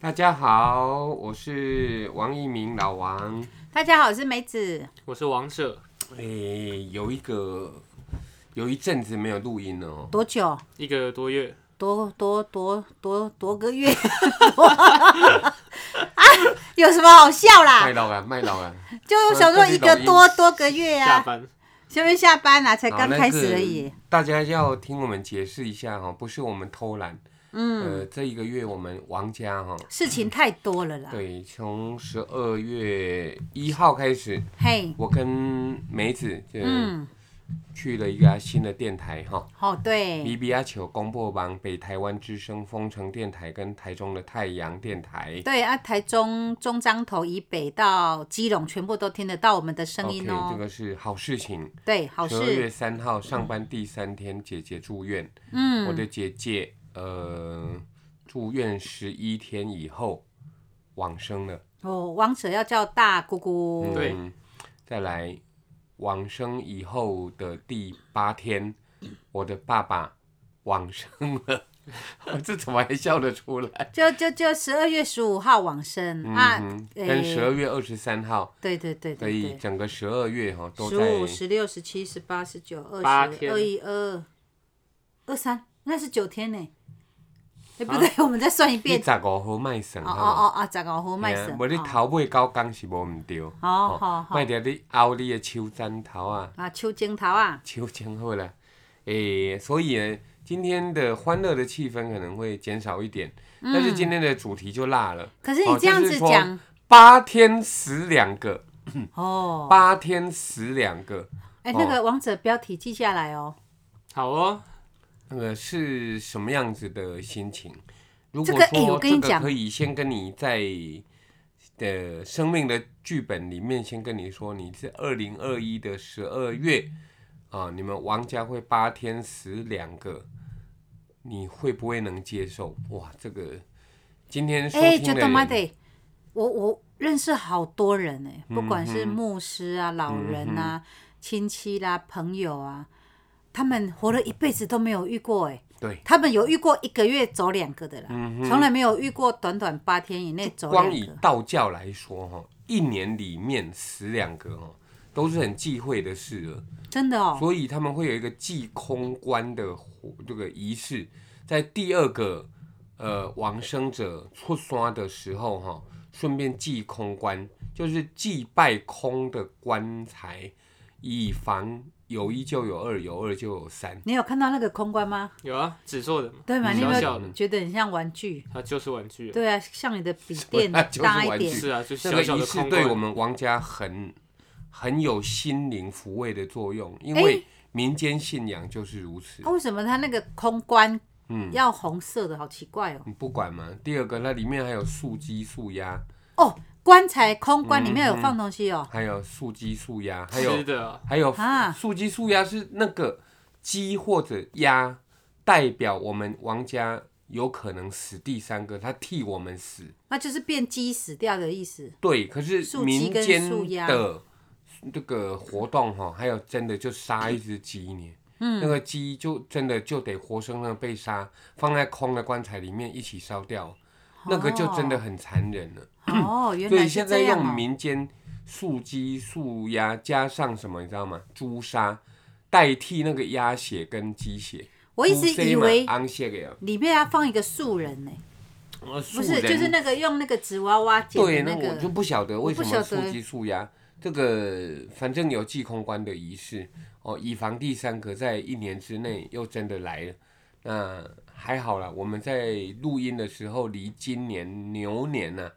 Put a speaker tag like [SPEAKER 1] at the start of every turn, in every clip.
[SPEAKER 1] 大家好，我是王一鸣，老王。
[SPEAKER 2] 大家好，我是梅子。
[SPEAKER 3] 我是王舍，
[SPEAKER 1] 诶、有一个有一阵子没有录音了哦，
[SPEAKER 2] 多久？
[SPEAKER 3] 一个多月，
[SPEAKER 2] 多多多多多个月？ 啊，有什么好笑
[SPEAKER 1] 卖
[SPEAKER 2] 啦？
[SPEAKER 1] 老了，卖老了。
[SPEAKER 2] 就想说一个多多个月
[SPEAKER 3] 下
[SPEAKER 2] 啊，
[SPEAKER 3] 班
[SPEAKER 2] 下面下班啊啦、才
[SPEAKER 1] 好
[SPEAKER 2] 刚
[SPEAKER 1] 那
[SPEAKER 2] 开
[SPEAKER 1] 个
[SPEAKER 2] 始而已。
[SPEAKER 1] 大家要听我们解释一下哈、不是我们偷懒，嗯，呃，这一个月我们王家哈、
[SPEAKER 2] 事情太多了啦。
[SPEAKER 1] 嗯对，从十二月一号开始，
[SPEAKER 2] 嘿，
[SPEAKER 1] 我跟梅子就
[SPEAKER 2] 嗯，
[SPEAKER 1] 去了一个新的电台哈、
[SPEAKER 2] 哦对，
[SPEAKER 1] B B 阿球公播网、北台湾之声、丰城电台跟台中的太阳电台。
[SPEAKER 2] 对啊，台中中彰头以北到基隆，全部都听得到我们的声音
[SPEAKER 1] OK，
[SPEAKER 2] 哦
[SPEAKER 1] 这。个是好事情。
[SPEAKER 2] 对，好
[SPEAKER 1] 十二月
[SPEAKER 2] 事。
[SPEAKER 1] 三号上班第三天，姐姐住院。我
[SPEAKER 2] 嗯，
[SPEAKER 1] 的姐姐呃住院十一天以后往生了。
[SPEAKER 2] 哦，王者要叫大姑姑。
[SPEAKER 1] 嗯
[SPEAKER 3] 对，
[SPEAKER 1] 再来往生以后的第八天，我的爸爸往生了。 我这怎么还笑得出来？
[SPEAKER 2] 就就就十二月十五号往生、啊
[SPEAKER 1] 嗯，哼，跟
[SPEAKER 2] 诶
[SPEAKER 1] 十二月二十三号，
[SPEAKER 2] 对对对
[SPEAKER 1] 所
[SPEAKER 2] 对
[SPEAKER 1] 以
[SPEAKER 2] 对，
[SPEAKER 1] 整个十二月哈都
[SPEAKER 2] 十
[SPEAKER 1] 在
[SPEAKER 2] 五、十六、十七、十八、十九、
[SPEAKER 3] 八
[SPEAKER 2] 二十、
[SPEAKER 3] 天
[SPEAKER 2] 二一、二二、二三，那是九天呢。哎、不对，我们再算
[SPEAKER 1] 啊
[SPEAKER 2] 一
[SPEAKER 1] 你
[SPEAKER 2] 遍。
[SPEAKER 1] 十五号卖肾
[SPEAKER 2] 哦
[SPEAKER 1] 好
[SPEAKER 2] 哦
[SPEAKER 1] 不好
[SPEAKER 2] 哦啊，十五号卖肾。
[SPEAKER 1] 无你
[SPEAKER 2] 哦
[SPEAKER 1] 头哦尾九工是无毋对。
[SPEAKER 2] 好好好
[SPEAKER 1] 卖掉你拗你的手指头啊，
[SPEAKER 2] 啊，秋金桃啊，
[SPEAKER 1] 手掌好啦。诶、所以呢，今天的欢乐的气氛可能会减少一点，
[SPEAKER 2] 嗯
[SPEAKER 1] 但是今天的主题就辣了。
[SPEAKER 2] 可是
[SPEAKER 1] 哦
[SPEAKER 2] 你这样子，
[SPEAKER 1] 就是
[SPEAKER 2] 讲
[SPEAKER 1] 说八天死两个，
[SPEAKER 2] 哦，
[SPEAKER 1] 八哦天死两个。
[SPEAKER 2] 哎、那个王者标题记下来哦，
[SPEAKER 3] 好哦，
[SPEAKER 1] 那个是什么样子的心情？如
[SPEAKER 2] 这
[SPEAKER 1] 果
[SPEAKER 2] 个哎
[SPEAKER 1] 说
[SPEAKER 2] 我跟你
[SPEAKER 1] 这个
[SPEAKER 2] 讲
[SPEAKER 1] 可以先跟你在的生命的剧本里面先跟你说，你是二零二一的十二月啊，你们王家会八天死两个，你会不会能接受？哇，这个今天收
[SPEAKER 2] 哎、
[SPEAKER 1] 听
[SPEAKER 2] 就
[SPEAKER 1] 的
[SPEAKER 2] 他妈
[SPEAKER 1] 人，
[SPEAKER 2] 的，我我认识好多人哎、不管
[SPEAKER 1] 嗯
[SPEAKER 2] 是牧师啊、老人啊、亲戚啦、朋友啊，他们活了一辈子都没有遇过哎、
[SPEAKER 1] 对，
[SPEAKER 2] 他们有遇过一个月走两个的啦，
[SPEAKER 1] 嗯
[SPEAKER 2] 从来没有遇过短短八天以内走两
[SPEAKER 1] 光以
[SPEAKER 2] 个。
[SPEAKER 1] 道教来说哈，一年里面死两个哈，都是很忌讳的事了。
[SPEAKER 2] 真的哦，
[SPEAKER 1] 所以他们会有一个祭空棺的活这个仪式，在第二个呃往生者出刷的时候哈、顺便祭空棺，就是祭拜空的棺材，以防有一就有二，有二就有三。
[SPEAKER 2] 你有看到那个空关吗？
[SPEAKER 3] 有啊，纸做的嘛，
[SPEAKER 2] 对嘛？
[SPEAKER 3] 嗯
[SPEAKER 2] 你有没
[SPEAKER 3] 小小的
[SPEAKER 2] 有觉得很像玩具？
[SPEAKER 3] 它就是玩具啊，
[SPEAKER 2] 对啊，像你的笔 电
[SPEAKER 1] 就是
[SPEAKER 2] 大一
[SPEAKER 1] 玩
[SPEAKER 2] 点
[SPEAKER 1] 具。
[SPEAKER 3] 是啊，就
[SPEAKER 1] 这
[SPEAKER 3] 小
[SPEAKER 1] 个
[SPEAKER 3] 小
[SPEAKER 1] 仪
[SPEAKER 3] 的
[SPEAKER 1] 式
[SPEAKER 3] 空
[SPEAKER 1] 对
[SPEAKER 3] 罐
[SPEAKER 1] 我们王家很很有心灵抚慰的作用，因为民间信仰就是如此
[SPEAKER 2] 啊、。为什么它那个空关
[SPEAKER 1] 嗯
[SPEAKER 2] 要红色的？好奇怪哦！
[SPEAKER 1] 你不管嘛。第二个，那里面还有素鸡、素鸭，
[SPEAKER 2] 哦，棺材空棺里面有放东西哦。
[SPEAKER 1] 还有素鸡、素鸭，还
[SPEAKER 3] 吃
[SPEAKER 1] 有
[SPEAKER 3] 的啊，
[SPEAKER 1] 还有
[SPEAKER 2] 啊
[SPEAKER 1] 素鸡、素鸭是那个鸡或者鸭代表我们王家有可能死第三个，他替我们死。
[SPEAKER 2] 那就是变鸡死掉的 意思。
[SPEAKER 1] 对，可是
[SPEAKER 2] 素鸡
[SPEAKER 1] 民
[SPEAKER 2] 跟
[SPEAKER 1] 间
[SPEAKER 2] 素鸭
[SPEAKER 1] 的这个活动哈，还有真的就杀一只鸡呢。嗯，那个鸡就真的就得活生生地被杀，放在空的棺材里面一起烧掉，那个就真的很残忍了。
[SPEAKER 2] 哦，原
[SPEAKER 1] 所
[SPEAKER 2] 来
[SPEAKER 1] 以
[SPEAKER 2] 是
[SPEAKER 1] 现在
[SPEAKER 2] 这样
[SPEAKER 1] 用
[SPEAKER 2] 哦。
[SPEAKER 1] 民间素鸡、素鸭加上什么，你知道吗？朱砂代替那个鸭血跟鸡血。
[SPEAKER 2] 我一直以为
[SPEAKER 1] 昂血给啊，
[SPEAKER 2] 里面要放一个素人呢、不
[SPEAKER 1] 不
[SPEAKER 2] 是，就是那个用那个纸娃娃剪
[SPEAKER 1] 对，
[SPEAKER 2] 的
[SPEAKER 1] 那我
[SPEAKER 2] 个
[SPEAKER 1] 就。不晓得为什
[SPEAKER 2] 我
[SPEAKER 1] 么
[SPEAKER 2] 不晓
[SPEAKER 1] 素
[SPEAKER 2] 得
[SPEAKER 1] 鸡、素鸭这个，反正有祭空关的仪式哦，以防第三个在一年之内又真的来了。那还好啦，我们在录音的时候，离今年牛年呢、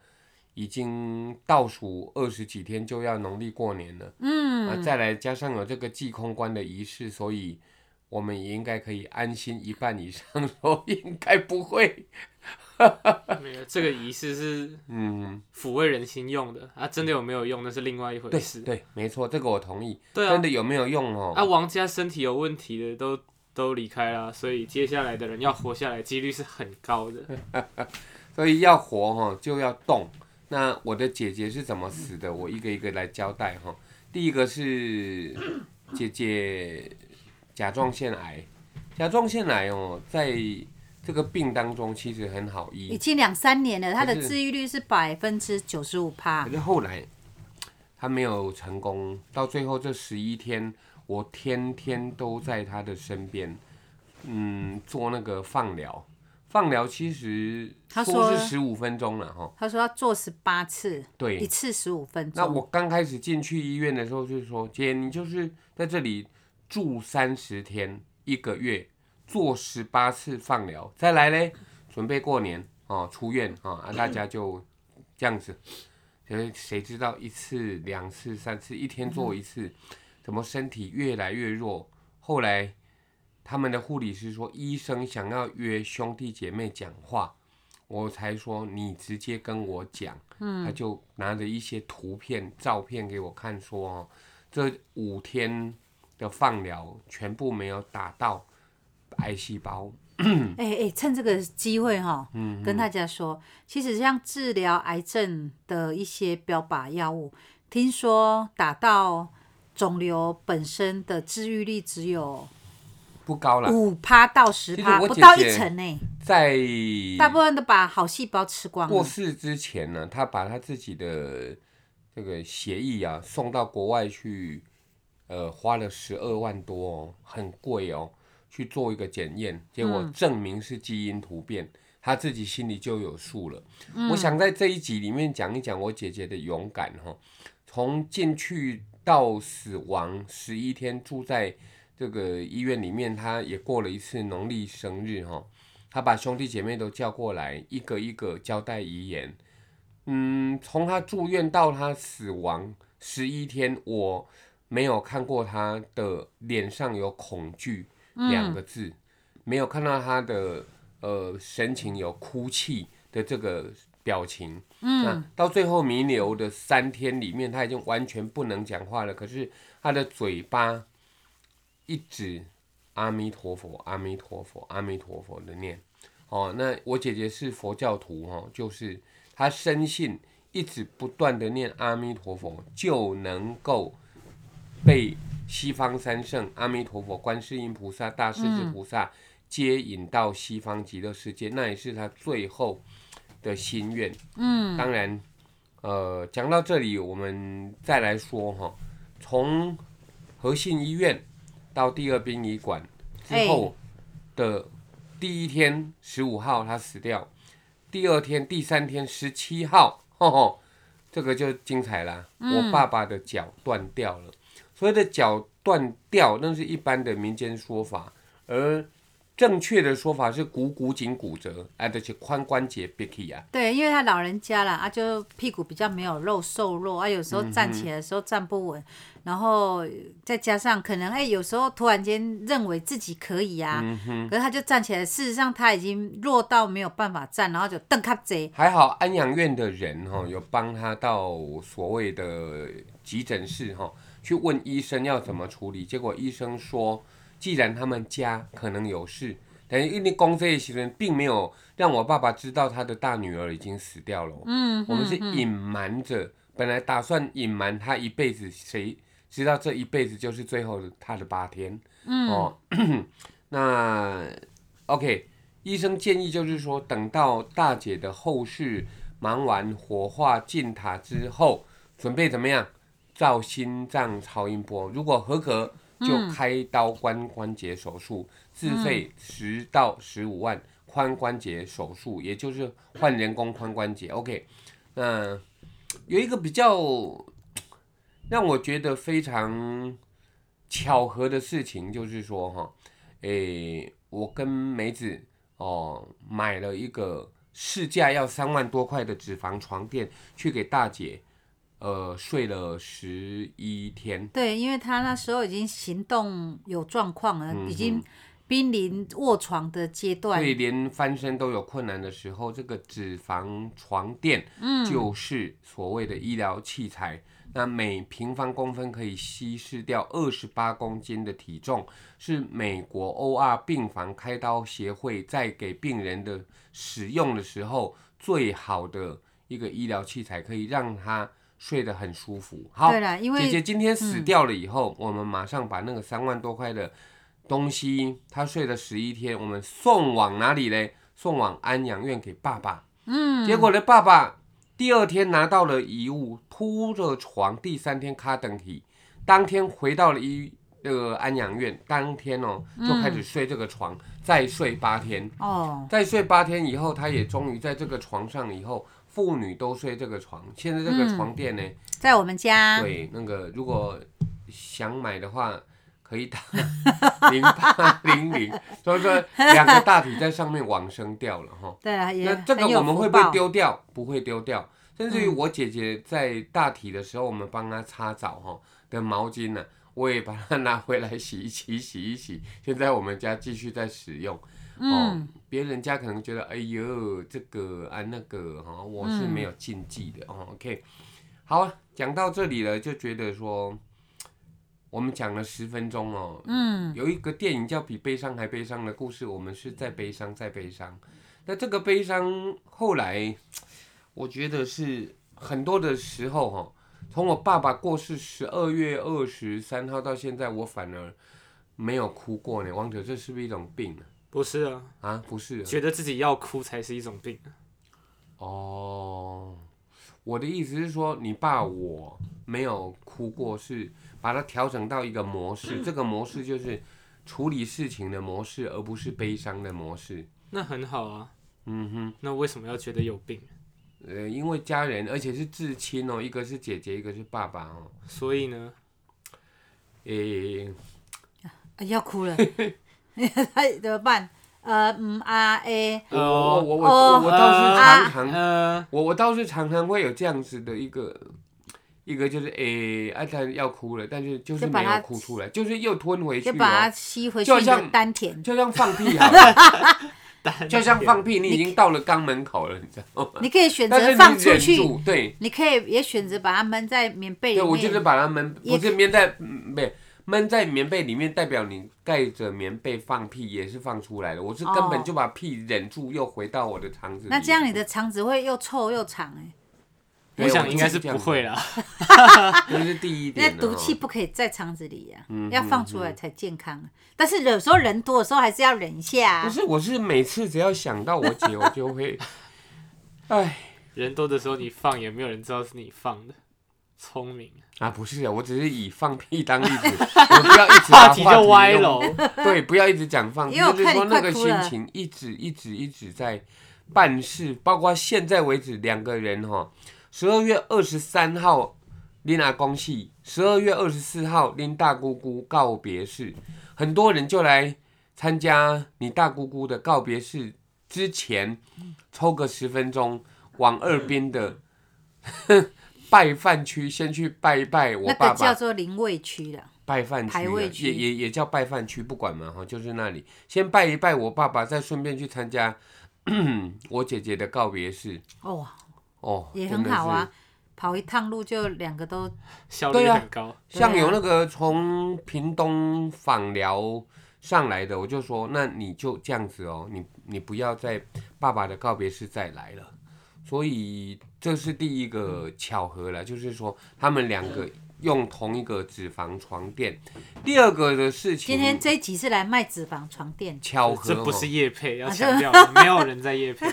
[SPEAKER 1] 已经倒数二十几天就要农历过年了。
[SPEAKER 2] 嗯，
[SPEAKER 1] 啊，再来加上有这个祭空关的仪式，所以我们也应该可以安心一半以上， 说应该不会。
[SPEAKER 3] 没有这个仪式是
[SPEAKER 1] 嗯，
[SPEAKER 3] 抚慰人心用的啊，真的有没有用那是另外一回
[SPEAKER 1] 对
[SPEAKER 3] 事，
[SPEAKER 1] 对，没错，这个我同意。
[SPEAKER 3] 对
[SPEAKER 1] 真
[SPEAKER 3] 啊
[SPEAKER 1] 的，有没有用哦？
[SPEAKER 3] 啊，王家身体有问题的都都离开啦，所以接下来的人要活下来几率是很高的，
[SPEAKER 1] 所以要活哈、就要动。那我的姐姐是怎么死的？我一个一个来交代哈、第一个是姐姐甲状腺癌，甲状腺癌哦，在这个病当中其实很好医
[SPEAKER 2] 已，经两三年了，他的
[SPEAKER 1] 可是
[SPEAKER 2] 治愈率是百分之九十五趴
[SPEAKER 1] 可。是后来他没有成功，到最后这十一天，我天天都在他的身边，嗯，做那个放疗。放疗其实
[SPEAKER 2] 他
[SPEAKER 1] 说
[SPEAKER 2] 说
[SPEAKER 1] 是十五分钟了哦哈，
[SPEAKER 2] 他说要做十八次，
[SPEAKER 1] 对
[SPEAKER 2] 一，次十五分
[SPEAKER 1] 那
[SPEAKER 2] 钟。
[SPEAKER 1] 我刚开始进去医院的时候就说，姐，你就是在这里住三十天，一个月，做十八次放疗，再来嘞，准备过年哦，出院哦啊，大家就这样子。可是谁知道一次、两次、三次，一天做一次，怎么身体越来越弱？后来他们的护理师说，医生想要约兄弟姐妹讲话，我才说你直接跟我讲。他就拿着一些图片、照片给我看，说哦，这五天的放疗全部没有打到癌细胞，
[SPEAKER 2] 哎哎、趁这个机会哈，
[SPEAKER 1] 嗯
[SPEAKER 2] 跟大家说，其实像治疗癌症的一些标靶药物，听说打到肿瘤本身的治愈率只有
[SPEAKER 1] 不高了，
[SPEAKER 2] 五趴到十
[SPEAKER 1] 其实
[SPEAKER 2] 趴，
[SPEAKER 1] 我
[SPEAKER 2] 不
[SPEAKER 1] 姐
[SPEAKER 2] 到一
[SPEAKER 1] 姐
[SPEAKER 2] 成呢。
[SPEAKER 1] 在
[SPEAKER 2] 大部分都把好细胞吃光
[SPEAKER 1] 过
[SPEAKER 2] 了。
[SPEAKER 1] 世之前呢，他把他自己的这个协议啊送到国外去，呃，花了十二万多哦，很贵哦，去做一个检验，结果证明是基因突变，他自己心里就有数了。我想在这一集里面讲一讲我姐姐的勇敢哈、哦，从进去到死亡十一天住在这个医院里面，她也过了一次农历生日哈、哦。他把兄弟姐妹都叫过来，一个一个交代遗言。嗯，从他住院到他死亡十一天，我没有看过他的脸上有恐惧两个字，没有看到他的呃神情有哭泣的这个表情。嗯，那到最后弥留的三天里面，他已经完全不能讲话了，可是他的嘴巴一直阿弥陀佛，阿弥陀佛，阿弥陀佛的念。哦，那我姐姐是佛教徒哦，就是她深信一直不断的念阿弥陀佛就能够被西方三圣阿弥陀佛、观世音菩萨、大势至菩萨接引到西方极乐世界，那也是她最后的心愿。嗯，当然，呃，讲到这里，我们再来说哈、从和信医院到第二殡仪馆之后的第一天十五号他死掉，第二天、第三天十七号，吼吼，这个就精彩啦！我爸爸的脚断掉了，所谓的脚断掉，那是一般的民间说法，而正确的说法是股骨颈骨折，哎，就是髋关节 b i k 啊。
[SPEAKER 2] 对，因为他老人家啦，啊，就屁股比较没有肉，瘦弱啊，有时候
[SPEAKER 1] 嗯
[SPEAKER 2] 站起来的时候站不稳，然后呃再加上可能哎、有时候突然间认为自己可以啊，
[SPEAKER 1] 嗯
[SPEAKER 2] 可是他就站起来，事实上他已经弱到没有办法站，然后就蹬卡贼，
[SPEAKER 1] 还好安养院的人哈、有帮他到所谓的急诊室哈、去问医生要怎么处理，结果医生说，既然他们家可能有事，等于因为公这一些人并没有让我爸爸知道他的大女儿已经死掉了，嗯，我们是隐瞒着，本来打算隐瞒他一辈子，谁知道这一辈子就是最后的他的八天，嗯，哦， 那 OK，医生建议就是说，等到大姐的后事忙完火化进塔之后，准备怎么样？照心脏超音波，如果合格就开刀髋关节手术，自费十到十五万髋关节手术，也就是换人工髋关节。OK，那有一个比较让我觉得非常巧合的事情，就是说哈，诶，我跟梅子哦，买了一个市价要三万多块的脂肪床垫，去给大姐，呃，睡了十一天。
[SPEAKER 2] 对，因为他那时候已经行动有状况了，已
[SPEAKER 1] 嗯
[SPEAKER 2] 经濒临卧床的阶段
[SPEAKER 1] 所，以连翻身都有困难的时候，这个脂肪床垫，就是所谓的医疗器材。那每平方公分可以稀释掉二十八公斤的体重，是美国 OR 病房开刀协会在给病人的使用的时候最好的一个医疗器材，可以让他睡得很舒服。好
[SPEAKER 2] 对，啦，因
[SPEAKER 1] 姐姐
[SPEAKER 2] 为嗯
[SPEAKER 1] 今天死掉了以后，我们马上把那个三万多块的东西，他睡了十一天，我们送往哪里嘞？送往安养院给爸爸。嗯，结果呢，爸爸第二天拿到了遗物，铺着床，第三天卡登体，当天回到了医那个安养院，当天哦
[SPEAKER 2] 嗯
[SPEAKER 1] 就开始睡这个床，再睡八天，
[SPEAKER 2] 哦，
[SPEAKER 1] 再睡八天以后，他也终于在这个床上以后。妇女都睡这个床，现在这个
[SPEAKER 2] 嗯
[SPEAKER 1] 床垫呢，
[SPEAKER 2] 在我们家，
[SPEAKER 1] 对，那个如果想买的话，可以打 零八零零，所以说两个大体在上面往生掉了哈。
[SPEAKER 2] 对啊， 也
[SPEAKER 1] 那这个
[SPEAKER 2] 很有
[SPEAKER 1] 我们
[SPEAKER 2] 福
[SPEAKER 1] 会不会
[SPEAKER 2] 报？嗯
[SPEAKER 1] 丢掉？不会丢掉。甚至于我姐姐在大体的时候，我们帮她擦澡哈的毛巾呢、我也把它拿回来洗一洗，洗一洗。现在我们家继续在使用。
[SPEAKER 2] 嗯，
[SPEAKER 1] 哦，别人家可能觉得，哎呦，这个啊那个哈、哦，我是没有禁忌的、哦。OK，好啊，讲到这里了，就觉得说，我们讲了十分钟哦。
[SPEAKER 2] 嗯，
[SPEAKER 1] 有一个电影叫《比悲伤还悲伤》的故事，我们是在悲伤，在悲伤。那这个悲伤后来，我觉得是很多的时候哈、哦，从我爸爸过世十二月二十三号到现在，我反而没有哭过呢。王者，这是不是一种病啊？
[SPEAKER 3] 不是啊，
[SPEAKER 1] 啊，不是啊
[SPEAKER 3] 觉得自己要哭才是一种病啊。
[SPEAKER 1] 哦。我的意思是说，你爸我没有哭过，是把它调整到一个模式，这个模式就是处理事情的模式，而不是悲伤的模式。
[SPEAKER 3] 那很好啊，
[SPEAKER 1] 嗯哼，
[SPEAKER 3] 那为什么要觉得有病？
[SPEAKER 1] 呃，因为家人，而且是至亲哦，一个是姐姐，一个是爸爸哦。
[SPEAKER 3] 所以呢，
[SPEAKER 1] 诶、
[SPEAKER 2] 哎要 哭了，哎怎么办？呃，嗯啊诶，
[SPEAKER 1] 我
[SPEAKER 3] 哦
[SPEAKER 1] 我我
[SPEAKER 2] 哦
[SPEAKER 1] 我我倒是
[SPEAKER 2] 啊
[SPEAKER 1] 常常
[SPEAKER 3] 呃，
[SPEAKER 1] 我我倒是常常会有这样子的一个，一个就是诶，哎、但要哭了，但是就是
[SPEAKER 2] 就把
[SPEAKER 1] 没有
[SPEAKER 2] 它
[SPEAKER 1] 哭出来，就是又吞回去、
[SPEAKER 2] 就
[SPEAKER 1] 哦，
[SPEAKER 2] 把它吸回去
[SPEAKER 1] 就
[SPEAKER 2] 你
[SPEAKER 1] 像
[SPEAKER 2] 的丹田，
[SPEAKER 1] 就像放屁
[SPEAKER 2] 啊
[SPEAKER 1] 好了，就像放屁，你已
[SPEAKER 2] 你
[SPEAKER 1] 经到了肛门口了，你知道吗？
[SPEAKER 2] 你可以选
[SPEAKER 1] 但是
[SPEAKER 2] 择
[SPEAKER 1] 你
[SPEAKER 2] 放出
[SPEAKER 1] 忍
[SPEAKER 2] 去，
[SPEAKER 1] 住，对
[SPEAKER 2] 你可以也选择把它闷在棉被里
[SPEAKER 1] 对，
[SPEAKER 2] 面。
[SPEAKER 1] 我就是把它闷，
[SPEAKER 2] 也
[SPEAKER 1] 不是闷在，嗯不、是闷在棉被里面，代表你盖着棉被放屁也是放出来的。我是根本
[SPEAKER 2] 哦
[SPEAKER 1] 就把屁忍住，又回到我的肠子里。
[SPEAKER 2] 那这样你的肠子会又臭又长哎、
[SPEAKER 1] 对，
[SPEAKER 3] 我想应该
[SPEAKER 1] 就是这
[SPEAKER 3] 不
[SPEAKER 1] 样
[SPEAKER 3] 会，啦。
[SPEAKER 1] 这是第一
[SPEAKER 2] 那
[SPEAKER 1] 点啊。
[SPEAKER 2] 毒气
[SPEAKER 1] 哦
[SPEAKER 2] 不可以在肠子里呀、
[SPEAKER 1] 嗯
[SPEAKER 2] 要放出来才健康、啊。但是有时候人多的时候还是要忍一下、
[SPEAKER 1] 不
[SPEAKER 2] 啊。
[SPEAKER 1] 是，我是每次只要想到我 姐，我就会，哎
[SPEAKER 3] 人多的时候你放也没有人知道是你放的，聪明。
[SPEAKER 1] 啊，不是啊，我只是以放屁当例 子，我不要一直把
[SPEAKER 3] 话题就歪
[SPEAKER 1] 弄
[SPEAKER 3] 了。哦
[SPEAKER 1] 对，不要一直讲放，
[SPEAKER 2] 因为我
[SPEAKER 1] 就是
[SPEAKER 2] 看你
[SPEAKER 1] 说那
[SPEAKER 2] 快
[SPEAKER 1] 个
[SPEAKER 2] 哭
[SPEAKER 1] 心
[SPEAKER 2] 了
[SPEAKER 1] 情一直一直一直在办事，包括现在为止两个人哈，十二月二十三号琳娜公戏，十二月二十四号林大姑姑告别式，很多人就来参加你大姑姑的告别式之前，抽个十分钟往二边的 拜饭区先去拜一拜我
[SPEAKER 2] 那
[SPEAKER 1] 爸
[SPEAKER 2] 个
[SPEAKER 1] 爸。
[SPEAKER 2] 叫做灵位区了，
[SPEAKER 1] 拜饭区啊、
[SPEAKER 2] 排位区
[SPEAKER 1] 也也也叫拜饭区，不管嘛哈，就是那里先拜一拜我爸爸，再顺便去参加 我姐姐的告别式
[SPEAKER 2] 哦，
[SPEAKER 1] 哦，
[SPEAKER 2] 也
[SPEAKER 1] 真
[SPEAKER 2] 很
[SPEAKER 1] 的
[SPEAKER 2] 好
[SPEAKER 1] 是
[SPEAKER 2] 啊。。跑一趟路就两个都
[SPEAKER 3] 效
[SPEAKER 1] 对
[SPEAKER 3] 率
[SPEAKER 1] 啊
[SPEAKER 3] 很高。
[SPEAKER 1] 像
[SPEAKER 2] 对啊
[SPEAKER 1] 有那个从屏东访寮上来的，我就说，那你就这样子哦，你你不要在爸爸的告别式再来了。所以这是第一个巧合了，就是说他们两个用同一个脂肪床垫。第二个的事情，
[SPEAKER 2] 今天这一集是来卖脂肪床垫，
[SPEAKER 1] 巧合
[SPEAKER 3] 这不
[SPEAKER 1] 哦
[SPEAKER 3] 是叶配，要
[SPEAKER 2] 啊
[SPEAKER 3] 强
[SPEAKER 2] 这
[SPEAKER 3] 调 了，没有人在叶配。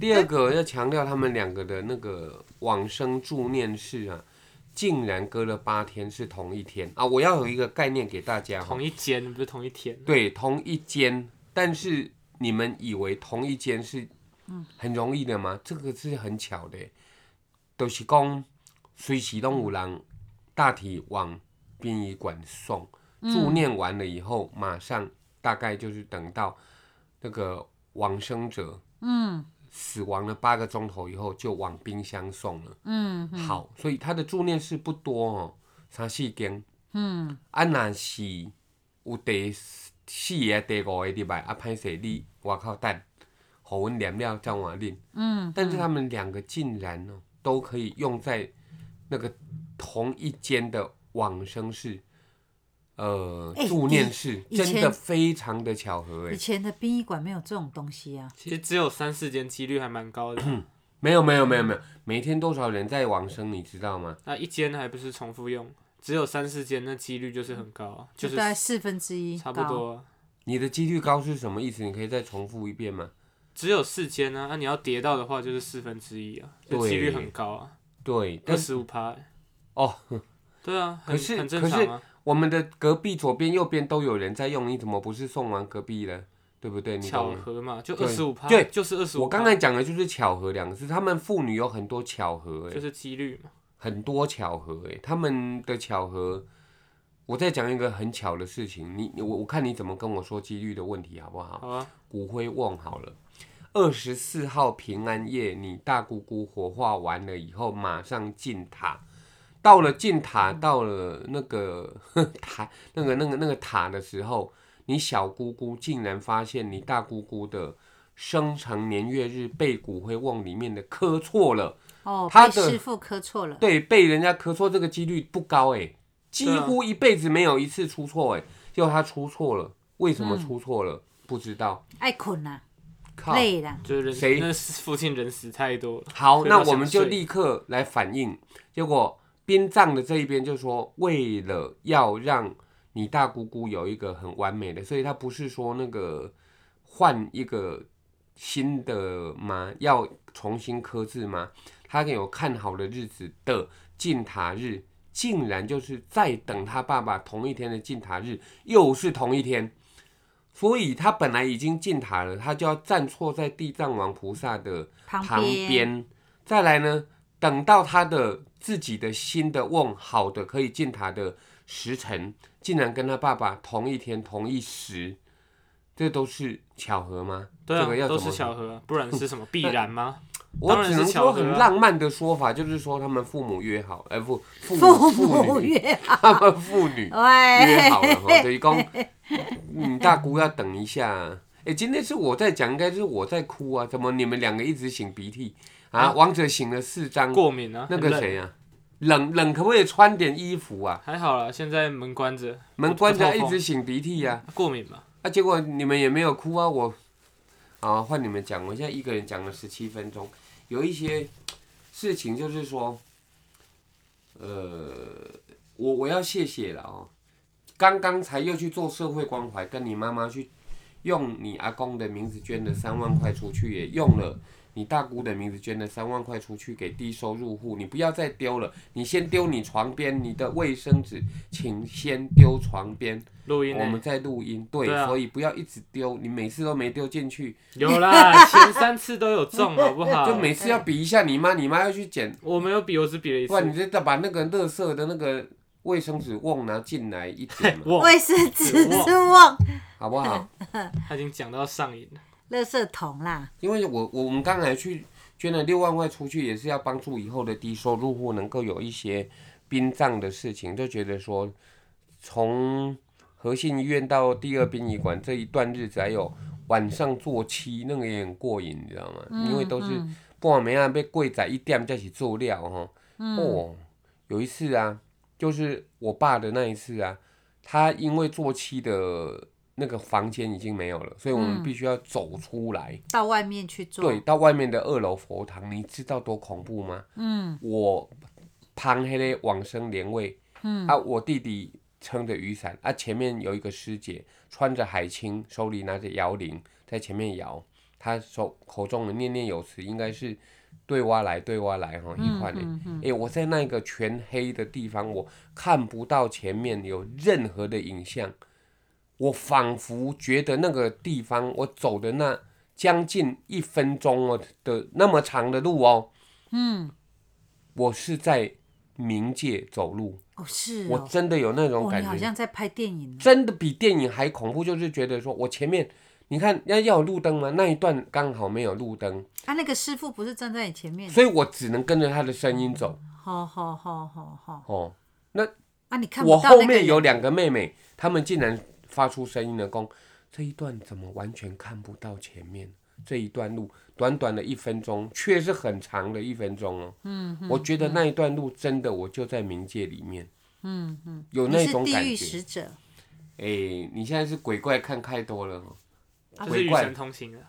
[SPEAKER 1] 第二个要强调他们两个的那个往生助念室啊，竟然隔了八天是同一天啊！我要有一个概念给大家哦，
[SPEAKER 3] 同一间不是同一天，啊
[SPEAKER 1] 对同一间，但是你们以为同一间是很容易的吗？这个是很巧的，都、就是讲随时都有人大体往殡仪馆送，助念完了以后，马上大概就是等到那个往生者
[SPEAKER 2] 嗯
[SPEAKER 1] 死亡了八个钟头以后就往冰箱送了。
[SPEAKER 2] 嗯
[SPEAKER 1] 好，所以他的住念是不多哦，三四间。
[SPEAKER 2] 嗯，
[SPEAKER 1] 啊，若是有第四个、第五个礼拜啊，歹势你外口等，互阮念了再换恁。
[SPEAKER 2] 嗯，
[SPEAKER 1] 但是他们两个竟然呢、都可以用在那个同一间的往生室。呃，
[SPEAKER 2] 哎
[SPEAKER 1] 助念室
[SPEAKER 2] 以
[SPEAKER 1] 真
[SPEAKER 2] 前
[SPEAKER 1] 的非常的巧合哎、
[SPEAKER 2] 以前的殡仪馆没有这种东西啊，
[SPEAKER 3] 其实只有三四间，几率还 蛮高的。
[SPEAKER 1] 没有没有没有没有，每天多少人在往生，你知道吗？
[SPEAKER 3] 那一间还不是重复用？只有三四间，那几率就是很高啊，就是
[SPEAKER 2] 大概四分之一，
[SPEAKER 3] 差不。多啊、
[SPEAKER 1] 你的几率高是什么意思？你可以再重复一遍吗？
[SPEAKER 3] 只有四间啊，那、你要跌到的话就是四分之一啊，就
[SPEAKER 1] 对
[SPEAKER 3] 几率很高啊，
[SPEAKER 1] 对，
[SPEAKER 3] 二
[SPEAKER 1] 但是
[SPEAKER 3] 十五趴。欸
[SPEAKER 1] 哦，
[SPEAKER 3] 对啊，很
[SPEAKER 1] 可是
[SPEAKER 3] 很正
[SPEAKER 1] 可是
[SPEAKER 3] 常啊。
[SPEAKER 1] 我们的隔壁左边、右边都有人在用，你怎么不是送完隔壁了？对不对？你懂
[SPEAKER 3] 巧
[SPEAKER 1] 吗？
[SPEAKER 3] 合嘛，就
[SPEAKER 1] 对
[SPEAKER 3] 二十五趴，
[SPEAKER 1] 对
[SPEAKER 3] 就是二十五。
[SPEAKER 1] 我刚才讲的就是巧合两个字，他们妇女有很多巧合、欸，
[SPEAKER 3] 就是几率嘛，
[SPEAKER 1] 很多巧合、欸，他们的巧合。我再讲一个很巧的事情，你你我我看你怎么跟我说几率的问题好不好？
[SPEAKER 3] 好啊，
[SPEAKER 1] 骨灰瓮好了，二十四号平安夜，你大姑姑火化完了以后，马上进塔。到了进塔，到了那个 塔，那个那个那个塔的时候，你小姑姑竟然发现你大姑姑的生辰年月日被骨灰瓮里面的磕错了，
[SPEAKER 2] 哦，
[SPEAKER 1] 他
[SPEAKER 2] 被
[SPEAKER 1] 的
[SPEAKER 2] 师傅磕错了。
[SPEAKER 1] 对，被人家磕错这个几率不高哎、几
[SPEAKER 3] 对啊
[SPEAKER 1] 乎一辈子没有一次出错哎、结果他出错了，为什么出错了？不知道，
[SPEAKER 2] 爱困啦，
[SPEAKER 1] 靠，
[SPEAKER 2] 累啦，
[SPEAKER 3] 就是
[SPEAKER 1] 谁
[SPEAKER 3] 人那是附近人死太多了，
[SPEAKER 1] 好，
[SPEAKER 3] 所以
[SPEAKER 1] 那
[SPEAKER 3] 他
[SPEAKER 1] 我
[SPEAKER 3] 想
[SPEAKER 1] 们就
[SPEAKER 3] 睡
[SPEAKER 1] 立刻来反应。结果殡葬的这一边就说，为了要让你大姑姑有一个很完美的，所以他不是说那个换一个新的吗？要重新刻字吗？他有看好的日子的进塔日，竟然就是再等他爸爸同一天的进塔日，又是同一天。所以他本来已经进塔了，他就要站错在地藏王菩萨的
[SPEAKER 2] 旁
[SPEAKER 1] 旁边。再来呢，等到他的自己的新的瓮好的可以进塔的时辰，竟然跟他爸爸同一天同一时，这都是巧合吗？
[SPEAKER 3] 对啊
[SPEAKER 1] 这个要，怎
[SPEAKER 3] 都
[SPEAKER 1] 么
[SPEAKER 3] 是巧合啊，不然 是什么必然吗？
[SPEAKER 1] 我
[SPEAKER 3] 当然
[SPEAKER 1] 只
[SPEAKER 3] 是
[SPEAKER 1] 能
[SPEAKER 3] 巧
[SPEAKER 1] 说
[SPEAKER 3] 合
[SPEAKER 1] 很
[SPEAKER 3] 啊
[SPEAKER 1] 浪漫的说法，就是说他们父母约好，哎、不，父
[SPEAKER 2] 父
[SPEAKER 1] 父
[SPEAKER 2] 母
[SPEAKER 1] 女，
[SPEAKER 2] 约，
[SPEAKER 1] 他们父女约
[SPEAKER 2] 喂，
[SPEAKER 1] 好了哈，等于讲，嗯，大姑要等一下。哎、今天是我在讲，应该是我在哭啊，怎么你们两个一直擤鼻涕啊？
[SPEAKER 3] 啊
[SPEAKER 1] 王者擤了四张，
[SPEAKER 3] 过敏啊，
[SPEAKER 1] 那个
[SPEAKER 3] 很冷
[SPEAKER 1] 谁呀、冷冷可不可以穿点衣服啊？
[SPEAKER 3] 还好啦，现在门关着，
[SPEAKER 1] 门
[SPEAKER 3] 不
[SPEAKER 1] 关
[SPEAKER 3] 不
[SPEAKER 1] 着
[SPEAKER 3] 透
[SPEAKER 1] 一
[SPEAKER 3] 风
[SPEAKER 1] 直擤鼻涕呀、
[SPEAKER 3] 过敏嘛，
[SPEAKER 1] 啊，结果你们也没有哭啊，我，啊，换你们讲，我现在一个人讲了十七分钟，有一些事情就是说，呃，我我要谢谢了哦，刚刚才又去做社会关怀，跟你妈妈去用你阿公的名字捐的三万块出去，也用了。你大姑的名字捐的三万块出去给低收入户，你不要再丢了，你先丢你床边，你的卫生纸请先丢床边，
[SPEAKER 3] 录音欸
[SPEAKER 1] 我
[SPEAKER 3] 呢
[SPEAKER 1] 们在录音，对，
[SPEAKER 3] 对啊
[SPEAKER 1] 所以不要一直丢，你每次都没丢进去，
[SPEAKER 3] 有啦，前三次都有中，好不好
[SPEAKER 1] 就？每次要比一下你妈，你妈要去捡，
[SPEAKER 3] 我没有比，我只比了一
[SPEAKER 1] 不然你
[SPEAKER 3] 次。
[SPEAKER 1] 就再把那个垃圾的那个卫生纸瓮拿进来一 点嘛，
[SPEAKER 3] 哇，
[SPEAKER 2] 卫生纸
[SPEAKER 3] 忘
[SPEAKER 2] 是忘，
[SPEAKER 1] 好不好？
[SPEAKER 3] 他已经讲到上瘾了，
[SPEAKER 2] 垃圾桶啦，
[SPEAKER 1] 因为我我我们刚才去捐了六万块出去，也是要帮助以后的低收入户能够有一些殡葬的事情，就觉得说从和信医院到第二殡仪馆这一段日子，还有晚上做七那个也很过瘾，你知道吗？因为都是半暝啊被柜仔一点再起做料哈。哦，有一次啊，就是我爸的那一次啊，他因为做七的。那个房间已经没有了，所以我们必须要走出来。
[SPEAKER 2] 到外面去做
[SPEAKER 1] 对，，到外面的二楼佛堂，你知道多恐怖吗？
[SPEAKER 2] 嗯
[SPEAKER 1] 我旁黑的往生莲位，
[SPEAKER 2] 嗯
[SPEAKER 1] 啊，我弟弟撑着雨伞，啊，前面有一个师姐穿着海青，手里拿着摇铃，在前面摇，她手口中的念念有词，应该是对蛙来对蛙来哈，一块的。
[SPEAKER 2] 嗯嗯，
[SPEAKER 1] 诶、我在那个全黑的地方，我看不到前面有任何的影像，我仿佛觉得那个地方，我走的那将近一分钟哦的那么长的路哦，
[SPEAKER 2] 嗯，
[SPEAKER 1] 我是在冥界走路，
[SPEAKER 2] 哦是
[SPEAKER 1] 我
[SPEAKER 2] 哦，
[SPEAKER 1] 真的有那种
[SPEAKER 2] 哦
[SPEAKER 1] 感
[SPEAKER 2] 你好
[SPEAKER 1] 觉，
[SPEAKER 2] 像在拍电影，
[SPEAKER 1] 真的比电影还恐怖，就是觉得说我前面。你看，要要有路灯吗？那一段刚好没有路灯，
[SPEAKER 2] 啊，那个师傅不是站在你前面，
[SPEAKER 1] 所以我只能跟着他的声音走。
[SPEAKER 2] 好好好好好，
[SPEAKER 1] 哦，
[SPEAKER 2] 啊，你看不
[SPEAKER 1] 我
[SPEAKER 2] 到
[SPEAKER 1] 后
[SPEAKER 2] 那个
[SPEAKER 1] 面有
[SPEAKER 2] 人，
[SPEAKER 1] 两个妹妹，她们竟然发出声音的公，这一段怎么完全看不到前面？这一段路短短的一分钟，却是很长的一分钟哦。嗯，我觉得那一段路真的，我就在冥界里面。
[SPEAKER 2] 嗯嗯，
[SPEAKER 1] 有
[SPEAKER 2] 你
[SPEAKER 1] 那
[SPEAKER 2] 是
[SPEAKER 1] 种感
[SPEAKER 2] 地狱
[SPEAKER 1] 觉，
[SPEAKER 2] 使者，
[SPEAKER 1] 哎、你现在是鬼怪看太多了哦，
[SPEAKER 3] 这是
[SPEAKER 1] 鬼
[SPEAKER 3] 与
[SPEAKER 1] 怪
[SPEAKER 3] 神同行啊。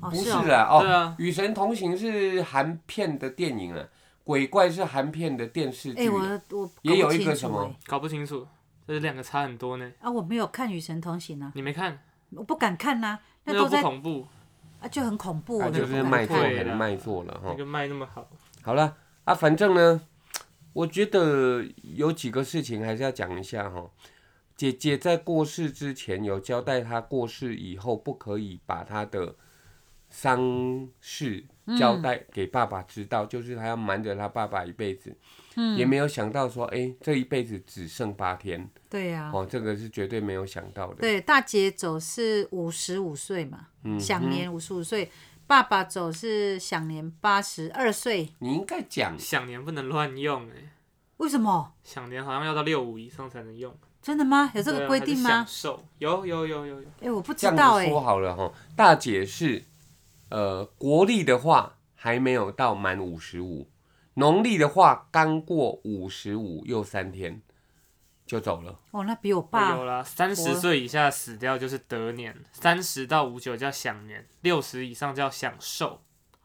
[SPEAKER 2] 哦
[SPEAKER 1] 不是
[SPEAKER 2] 哦，
[SPEAKER 1] 啊，
[SPEAKER 3] 对
[SPEAKER 1] 哦，
[SPEAKER 3] 啊，
[SPEAKER 1] 与神同行》是韩片的电影啊，鬼怪是韩片的电视
[SPEAKER 2] 哎、
[SPEAKER 1] 剧，
[SPEAKER 2] 我我搞
[SPEAKER 1] 也
[SPEAKER 2] 不
[SPEAKER 1] 有一
[SPEAKER 2] 清
[SPEAKER 1] 个
[SPEAKER 2] 楚
[SPEAKER 1] 什么
[SPEAKER 2] 哎
[SPEAKER 3] 搞不清楚，这两个差很多呢。
[SPEAKER 2] 啊，我没有看《与神同行》啊，
[SPEAKER 3] 你没看，
[SPEAKER 2] 我不敢看呐、
[SPEAKER 3] 那
[SPEAKER 2] 那
[SPEAKER 3] 又
[SPEAKER 2] 都
[SPEAKER 3] 不
[SPEAKER 2] 在
[SPEAKER 3] 恐怖，
[SPEAKER 2] 啊就很恐怖，
[SPEAKER 1] 啊
[SPEAKER 2] 我
[SPEAKER 1] 就
[SPEAKER 2] 不
[SPEAKER 1] 是
[SPEAKER 2] 敢
[SPEAKER 1] 卖座
[SPEAKER 2] 看。
[SPEAKER 3] 对
[SPEAKER 1] 很
[SPEAKER 3] 啦
[SPEAKER 1] 卖座了哈
[SPEAKER 3] 那。个卖那么好，
[SPEAKER 1] 好了啊，反正呢，我觉得有几个事情还是要讲一下哈。姐姐在过世之前有交代，她过世以后不可以把她的丧事交代给爸爸知道，就是她要瞒着她爸爸一辈子。嗯，也没有想到说，哎、这一辈子只剩八天
[SPEAKER 2] 对呀、
[SPEAKER 1] 哦，这个是绝对没有想到的。
[SPEAKER 2] 对，大姐走是五十五岁嘛，
[SPEAKER 3] 嗯
[SPEAKER 2] 享年五十五岁。爸爸走是享年八十二岁，
[SPEAKER 1] 你应该讲
[SPEAKER 3] 享年不能乱用哎，
[SPEAKER 2] 为什么？
[SPEAKER 3] 享年好像要到六五以上才能用，
[SPEAKER 2] 真的吗？有这
[SPEAKER 3] 对
[SPEAKER 2] 个
[SPEAKER 3] 啊
[SPEAKER 2] 规
[SPEAKER 3] 还是
[SPEAKER 2] 定吗
[SPEAKER 3] 享？受有有有有有，
[SPEAKER 2] 哎、我不知
[SPEAKER 1] 这样
[SPEAKER 2] 道哎、
[SPEAKER 1] 子说好了哈，大姐是呃国历的话还没有到满五十五，农历的话刚过五十五又三天就走了。
[SPEAKER 2] 哦，那比我
[SPEAKER 3] 我
[SPEAKER 2] 爸
[SPEAKER 3] 有啦，三十岁以下死掉就是得年，三十到五九叫享年，六十以上叫享受。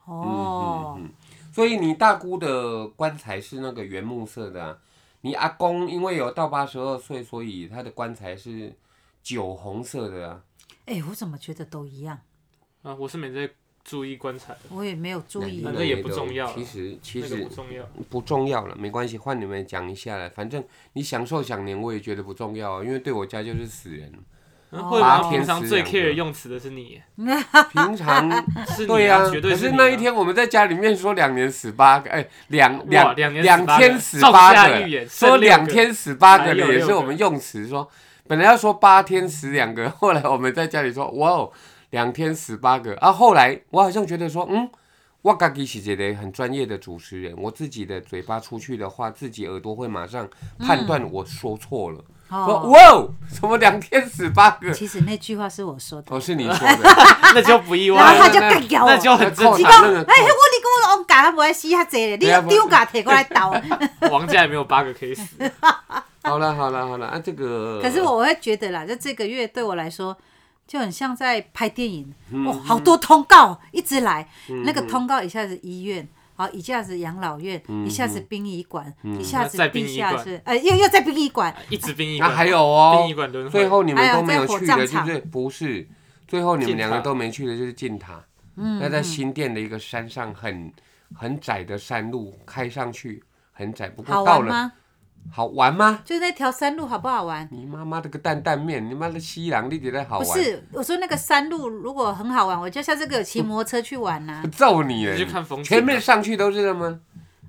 [SPEAKER 3] 嗯
[SPEAKER 2] 哦，
[SPEAKER 1] 嗯所以你大姑的棺材是那个原木色的、啊，你阿公因为有到八十二岁，所以他的棺材是酒红色的啊。
[SPEAKER 2] 哎、我怎么觉得都一样？
[SPEAKER 3] 啊，我是没在注意棺材的，
[SPEAKER 2] 我也没有注意
[SPEAKER 1] 那
[SPEAKER 3] 反
[SPEAKER 1] 你
[SPEAKER 3] 正也不重要
[SPEAKER 1] 其实其
[SPEAKER 3] 那个
[SPEAKER 1] 实
[SPEAKER 3] 不重
[SPEAKER 2] 哦
[SPEAKER 3] 要。
[SPEAKER 1] 不重要了，没关系，换你们讲一下了。反正你享受享年，我也觉得不重要啊，因为对我家就是死人。
[SPEAKER 2] 哦
[SPEAKER 3] 嗯会
[SPEAKER 1] 八
[SPEAKER 3] 吗？
[SPEAKER 1] 天
[SPEAKER 3] 平常
[SPEAKER 1] 死
[SPEAKER 3] 最
[SPEAKER 1] 两个
[SPEAKER 3] care 用词的是你，
[SPEAKER 1] 平常
[SPEAKER 3] 是你
[SPEAKER 1] 对
[SPEAKER 3] 啊，绝对
[SPEAKER 1] 可是
[SPEAKER 3] 你
[SPEAKER 1] 那
[SPEAKER 3] 啊
[SPEAKER 1] 一天我们在家里面说两年死八个，哎，两
[SPEAKER 3] 哇
[SPEAKER 1] 两
[SPEAKER 3] 两年
[SPEAKER 1] 两
[SPEAKER 3] 死八
[SPEAKER 1] 天
[SPEAKER 3] 个
[SPEAKER 1] 死
[SPEAKER 3] 上
[SPEAKER 1] 八
[SPEAKER 3] 下
[SPEAKER 1] 个
[SPEAKER 3] 预言，
[SPEAKER 1] 说
[SPEAKER 3] 剩六
[SPEAKER 1] 两
[SPEAKER 3] 个
[SPEAKER 1] 天死八个
[SPEAKER 3] 还有
[SPEAKER 1] 的也是
[SPEAKER 3] 六
[SPEAKER 1] 我
[SPEAKER 3] 个
[SPEAKER 1] 们用词说，本来要说八天死两
[SPEAKER 3] 嗯
[SPEAKER 1] 个，后来我们在家里说哇哦，两天死八个啊，后来我好像觉得说嗯。我自己是一个很专业的主持人，我自己的嘴巴出去的话，自己耳朵会马上判断我说错了，说
[SPEAKER 2] 哦。
[SPEAKER 1] 哇哦，什么两天死八个，
[SPEAKER 2] 其实那句话是我说的，
[SPEAKER 1] 哦是你说的，
[SPEAKER 3] 那就不意外
[SPEAKER 2] 然后他
[SPEAKER 3] 了，
[SPEAKER 2] 就更咬我。
[SPEAKER 3] 啊那就很正
[SPEAKER 1] 扣
[SPEAKER 2] 你
[SPEAKER 1] 打
[SPEAKER 2] 讲，
[SPEAKER 1] 那个
[SPEAKER 2] 哎，
[SPEAKER 1] 扣
[SPEAKER 2] 迄我你讲我王家无爱死遐济咧，你
[SPEAKER 1] 对啊
[SPEAKER 2] 用丢家摕过来 斗。
[SPEAKER 3] 常。王家也没有八个可以死，
[SPEAKER 1] 好了好了好了啊，这个
[SPEAKER 2] 可是我会觉得啦，就这个月对我来说，就很像在拍电影，
[SPEAKER 1] 嗯
[SPEAKER 2] 哇、好多通告一直来，那个通告一下子医院。好，一下子养老院，
[SPEAKER 1] 嗯
[SPEAKER 2] 一下子殡仪馆，一下子
[SPEAKER 3] 在殡
[SPEAKER 2] 地
[SPEAKER 3] 仪
[SPEAKER 2] 下
[SPEAKER 3] 馆
[SPEAKER 2] 室，呃，又又在殡仪馆，
[SPEAKER 3] 啊一直殡仪
[SPEAKER 1] 那
[SPEAKER 3] 馆，
[SPEAKER 1] 还有哦，
[SPEAKER 3] 殡仪馆轮回
[SPEAKER 1] 最后你们都没有去
[SPEAKER 2] 哎
[SPEAKER 1] 的，
[SPEAKER 2] 呀在
[SPEAKER 1] 就
[SPEAKER 2] 火葬
[SPEAKER 1] 是不是？最后你们
[SPEAKER 3] 进塔
[SPEAKER 1] 两个都没去的，就是进塔。
[SPEAKER 2] 嗯
[SPEAKER 1] 那在新店的一个山上很很窄的山路，开上去很窄，不
[SPEAKER 2] 好
[SPEAKER 1] 过到
[SPEAKER 2] 玩
[SPEAKER 1] 了
[SPEAKER 2] 吗？
[SPEAKER 1] 好玩吗？
[SPEAKER 2] 就那条山路好不好玩？
[SPEAKER 1] 你妈妈的个担担面，你妈的西洋你觉得好
[SPEAKER 2] 不
[SPEAKER 1] 玩？，
[SPEAKER 2] 是，我说那个山路如果很好玩，我就下次给我骑摩托车去玩呐、
[SPEAKER 1] 揍你耶！
[SPEAKER 3] 你去看啊风景
[SPEAKER 1] 前面上去都是什么？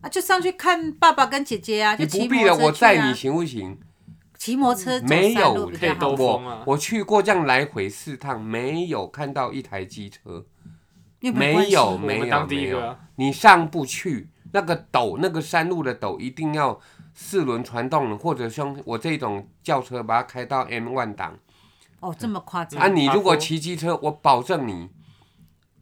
[SPEAKER 2] 啊，就上去看爸爸跟姐姐啊，
[SPEAKER 1] 你
[SPEAKER 2] 就骑
[SPEAKER 1] 不
[SPEAKER 2] 摩
[SPEAKER 1] 必了，我
[SPEAKER 2] 托车去
[SPEAKER 1] 载你
[SPEAKER 2] 啊，
[SPEAKER 1] 行不行？
[SPEAKER 2] 骑摩托车走
[SPEAKER 1] 没
[SPEAKER 2] 山路
[SPEAKER 1] 有
[SPEAKER 2] 比较
[SPEAKER 3] 可以
[SPEAKER 2] 好
[SPEAKER 3] 兜
[SPEAKER 2] 玩。
[SPEAKER 3] 风啊
[SPEAKER 1] 我我去过这样来回四趟，没有看到一台机车。
[SPEAKER 2] 因为关
[SPEAKER 1] 没
[SPEAKER 2] 系
[SPEAKER 1] 有，
[SPEAKER 3] 们
[SPEAKER 1] 没有，
[SPEAKER 3] 当第一
[SPEAKER 1] 没
[SPEAKER 3] 个
[SPEAKER 1] 有
[SPEAKER 3] 啊，
[SPEAKER 1] 你上不去那个陡，那个山路的陡，一定要四轮传动的，或者像我这种轿车把它开到 M 万档。
[SPEAKER 2] 哦，这么夸张
[SPEAKER 3] 嗯
[SPEAKER 1] 啊，？你如果
[SPEAKER 3] 爬坡
[SPEAKER 1] 骑机车，我保证你，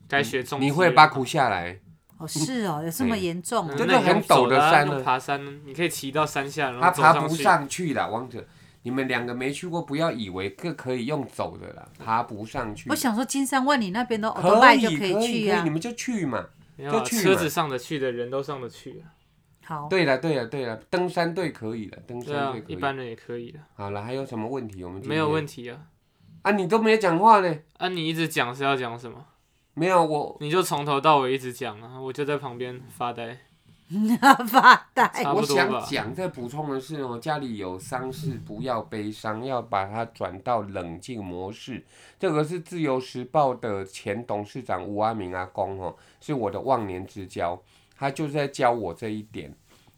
[SPEAKER 3] 该学重
[SPEAKER 1] 你
[SPEAKER 3] 机
[SPEAKER 1] 会
[SPEAKER 3] 了
[SPEAKER 1] 把苦下来。
[SPEAKER 2] 哦，是哦，有这么严重
[SPEAKER 3] 嗯
[SPEAKER 2] 哦？
[SPEAKER 1] 真
[SPEAKER 3] 那
[SPEAKER 1] 的
[SPEAKER 3] 你用
[SPEAKER 1] 很陡
[SPEAKER 3] 走
[SPEAKER 1] 的
[SPEAKER 3] 啊
[SPEAKER 1] 山
[SPEAKER 3] 用
[SPEAKER 1] 呢
[SPEAKER 3] 爬山，你可以骑到山下，然
[SPEAKER 1] 他
[SPEAKER 3] 后嗯走
[SPEAKER 1] 爬不
[SPEAKER 3] 去。
[SPEAKER 1] 上去啦，王者。你们两个没去过，不要以为这可以用走的啦，爬不上去。
[SPEAKER 2] 我想说金山万里那边的
[SPEAKER 1] 可
[SPEAKER 2] o 拜
[SPEAKER 1] 以，
[SPEAKER 2] 就
[SPEAKER 1] 可
[SPEAKER 2] 以去
[SPEAKER 1] 可以
[SPEAKER 2] 啊
[SPEAKER 1] 你。们就去嘛。
[SPEAKER 3] 没有啊
[SPEAKER 1] 就去
[SPEAKER 3] 车
[SPEAKER 1] 嘛
[SPEAKER 3] 子上得去的人都上得去啊，
[SPEAKER 2] 好，
[SPEAKER 1] 对了，对了，对了，登山队可以的，登
[SPEAKER 3] 对
[SPEAKER 1] 山
[SPEAKER 3] 啊
[SPEAKER 1] 队，可
[SPEAKER 3] 一
[SPEAKER 1] 以。
[SPEAKER 3] 般人也可以的，
[SPEAKER 1] 好了，还有什么问题？我们今
[SPEAKER 3] 没有
[SPEAKER 1] 天
[SPEAKER 3] 问题啊。
[SPEAKER 1] 啊，你都没讲话呢。
[SPEAKER 3] 啊，你一直讲是要讲什么？
[SPEAKER 1] 没有，我
[SPEAKER 3] 你就从头到尾一直讲啊，我就在旁边发呆。
[SPEAKER 2] 发呆。
[SPEAKER 3] 差
[SPEAKER 1] 我
[SPEAKER 3] 不多
[SPEAKER 1] 想
[SPEAKER 3] 吧。嗯
[SPEAKER 1] 讲再补充的是哦，家里有丧事不要悲伤，要把它转到冷静模式。这个是《自由时报》的前董事长吴阿明阿公哦，是我的忘年之交，他就是在教我这一点。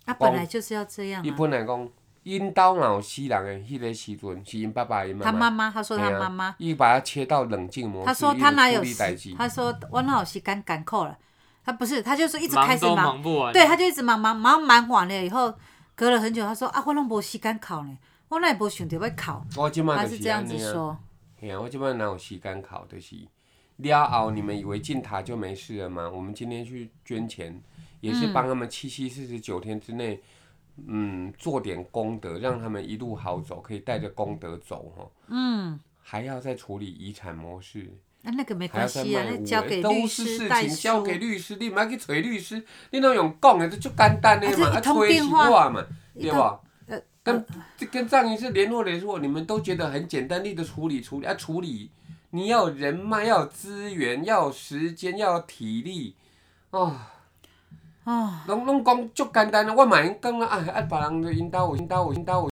[SPEAKER 2] 他啊本来就是要这样
[SPEAKER 1] 一
[SPEAKER 2] 啊。
[SPEAKER 1] 般来讲，因刀脑西人的迄个时阵是因爸爸因
[SPEAKER 2] 他
[SPEAKER 1] 妈
[SPEAKER 2] 妈
[SPEAKER 1] 妈，
[SPEAKER 2] 妈，他说
[SPEAKER 1] 啊
[SPEAKER 2] 他妈妈，
[SPEAKER 1] 伊把它切到冷静模式，
[SPEAKER 2] 他说他哪有
[SPEAKER 1] 他代
[SPEAKER 2] 时
[SPEAKER 1] 志？
[SPEAKER 2] 他说我哪有时间赶扣了？他不是，他就是一直开
[SPEAKER 3] 忙
[SPEAKER 2] 始
[SPEAKER 3] 都
[SPEAKER 2] 忙，
[SPEAKER 3] 忙不完。
[SPEAKER 2] 对，他就一直忙忙忙忙完了以后，隔了很久，他说啊，我拢无时间考呢，我哪也无想到要考，
[SPEAKER 1] 我今
[SPEAKER 2] 他
[SPEAKER 1] 麦就是是
[SPEAKER 2] 这样
[SPEAKER 1] 安
[SPEAKER 2] 子哦
[SPEAKER 1] 尼啊。
[SPEAKER 2] 说。
[SPEAKER 1] 哎呀，我这边哪有时间考的是了后，你们以为进塔就没事了吗？我们今天去捐钱，也是帮他们七七四十九天之内，嗯，做点功德，让他们一路好走，可以带着功德走哈。嗯，还要再处理遗产模式，
[SPEAKER 2] 啊，那个没
[SPEAKER 1] 还要
[SPEAKER 2] 关
[SPEAKER 1] 再
[SPEAKER 2] 系啊，
[SPEAKER 1] 卖
[SPEAKER 2] 那
[SPEAKER 1] 五
[SPEAKER 2] 交
[SPEAKER 1] 欸，
[SPEAKER 2] 给
[SPEAKER 1] 都
[SPEAKER 2] 律
[SPEAKER 1] 是
[SPEAKER 2] 师
[SPEAKER 1] 事
[SPEAKER 2] 代
[SPEAKER 1] 情
[SPEAKER 2] 书，
[SPEAKER 1] 交给律师，你莫去找律师，你拢用讲的，这就简单的嘛，
[SPEAKER 2] 啊这一
[SPEAKER 1] 啊，
[SPEAKER 2] 通
[SPEAKER 1] 推
[SPEAKER 2] 电
[SPEAKER 1] 是
[SPEAKER 2] 话
[SPEAKER 1] 我嘛，
[SPEAKER 2] 一
[SPEAKER 1] 对
[SPEAKER 2] 通
[SPEAKER 1] 吧？
[SPEAKER 2] 呃
[SPEAKER 1] 跟这跟上一次联络联络，你们都觉得很简单，力的处理处理啊处理，你要有人脉，要有资源，要有时间，要有体力，哦，
[SPEAKER 2] 哦，
[SPEAKER 1] 拢拢讲足简单的，我嘛用讲啊，啊，啊别人就引导我，引导我，引导我，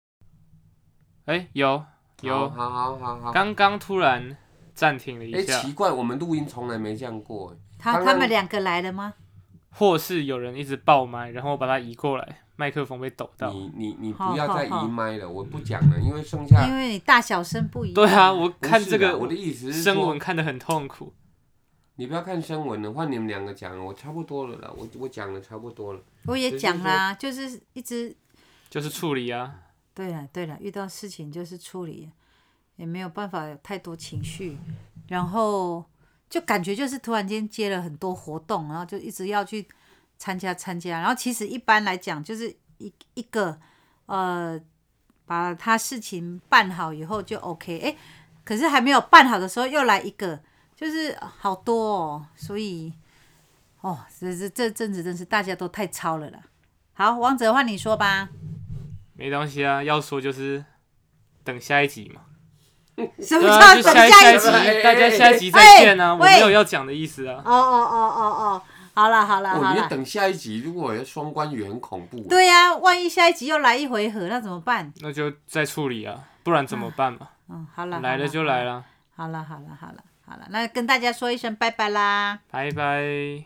[SPEAKER 3] 哎、有
[SPEAKER 1] 好
[SPEAKER 3] 有，
[SPEAKER 1] 好好好好，
[SPEAKER 3] 刚刚突然暂停了
[SPEAKER 1] 哎
[SPEAKER 3] 一下，
[SPEAKER 1] 奇怪，我们录音从来没这样过，
[SPEAKER 2] 他
[SPEAKER 1] 刚
[SPEAKER 2] 他
[SPEAKER 1] 刚
[SPEAKER 2] 们两个来了吗？
[SPEAKER 3] 或是有人一直爆麦，然后我把它移过来，麦克风被抖到。
[SPEAKER 1] 你你你
[SPEAKER 2] 好
[SPEAKER 1] 不要
[SPEAKER 2] 好
[SPEAKER 1] 再
[SPEAKER 2] 好
[SPEAKER 1] 移麦了，我不讲了，因为剩下
[SPEAKER 2] 因为你大小声不一样。
[SPEAKER 3] 对啊，我
[SPEAKER 1] 不
[SPEAKER 3] 看
[SPEAKER 1] 是
[SPEAKER 3] 这
[SPEAKER 1] 啦
[SPEAKER 3] 个
[SPEAKER 1] 我的意思是
[SPEAKER 3] 声
[SPEAKER 1] 说
[SPEAKER 3] 纹看得很痛苦。
[SPEAKER 1] 你不要看声纹了，换你们两个讲了，我差不多了啦，我我讲的差不多了。
[SPEAKER 2] 我也讲啦，就是一直
[SPEAKER 3] 就是处理啊，
[SPEAKER 2] 对了对了，遇到事情就是处理，也没有办法有太多情绪，然后就感觉就是突然间接了很多活动，然后就一直要去参加参加，然后其实一般来讲就是一一个呃把他事情办好以后就 OK，哎，可是还没有办好的时候又来一个，就是好多哦，所以哦，这这这阵子真是大家都太超了啦。好，王哲换你说吧。
[SPEAKER 3] 没东西啊，要说就是等下一集嘛。
[SPEAKER 2] 什么
[SPEAKER 3] 对
[SPEAKER 2] 叫
[SPEAKER 3] 啊，就
[SPEAKER 2] 等
[SPEAKER 3] 下
[SPEAKER 2] 下
[SPEAKER 3] 下
[SPEAKER 2] 一
[SPEAKER 3] 一
[SPEAKER 2] 集哎
[SPEAKER 3] 集？
[SPEAKER 1] 哎哎哎，
[SPEAKER 3] 大家下一集再见啊！我
[SPEAKER 2] 喂
[SPEAKER 3] 没有要讲的意思啊。
[SPEAKER 2] 哦哦哦哦哦，好了好
[SPEAKER 1] 哦，
[SPEAKER 2] 了好
[SPEAKER 1] 你要
[SPEAKER 2] 了。
[SPEAKER 1] 等下一集，如果有双关语很恐 怖。，
[SPEAKER 2] 对呀、万一下一集又来一回合，那怎么办？
[SPEAKER 3] 那就再处理啊，不然怎么办嘛？
[SPEAKER 2] 嗯，好了，
[SPEAKER 3] 来了就来
[SPEAKER 2] 了。
[SPEAKER 3] 了，
[SPEAKER 2] 好了好了好了好了，那跟大家说一声拜拜啦。
[SPEAKER 3] 拜拜。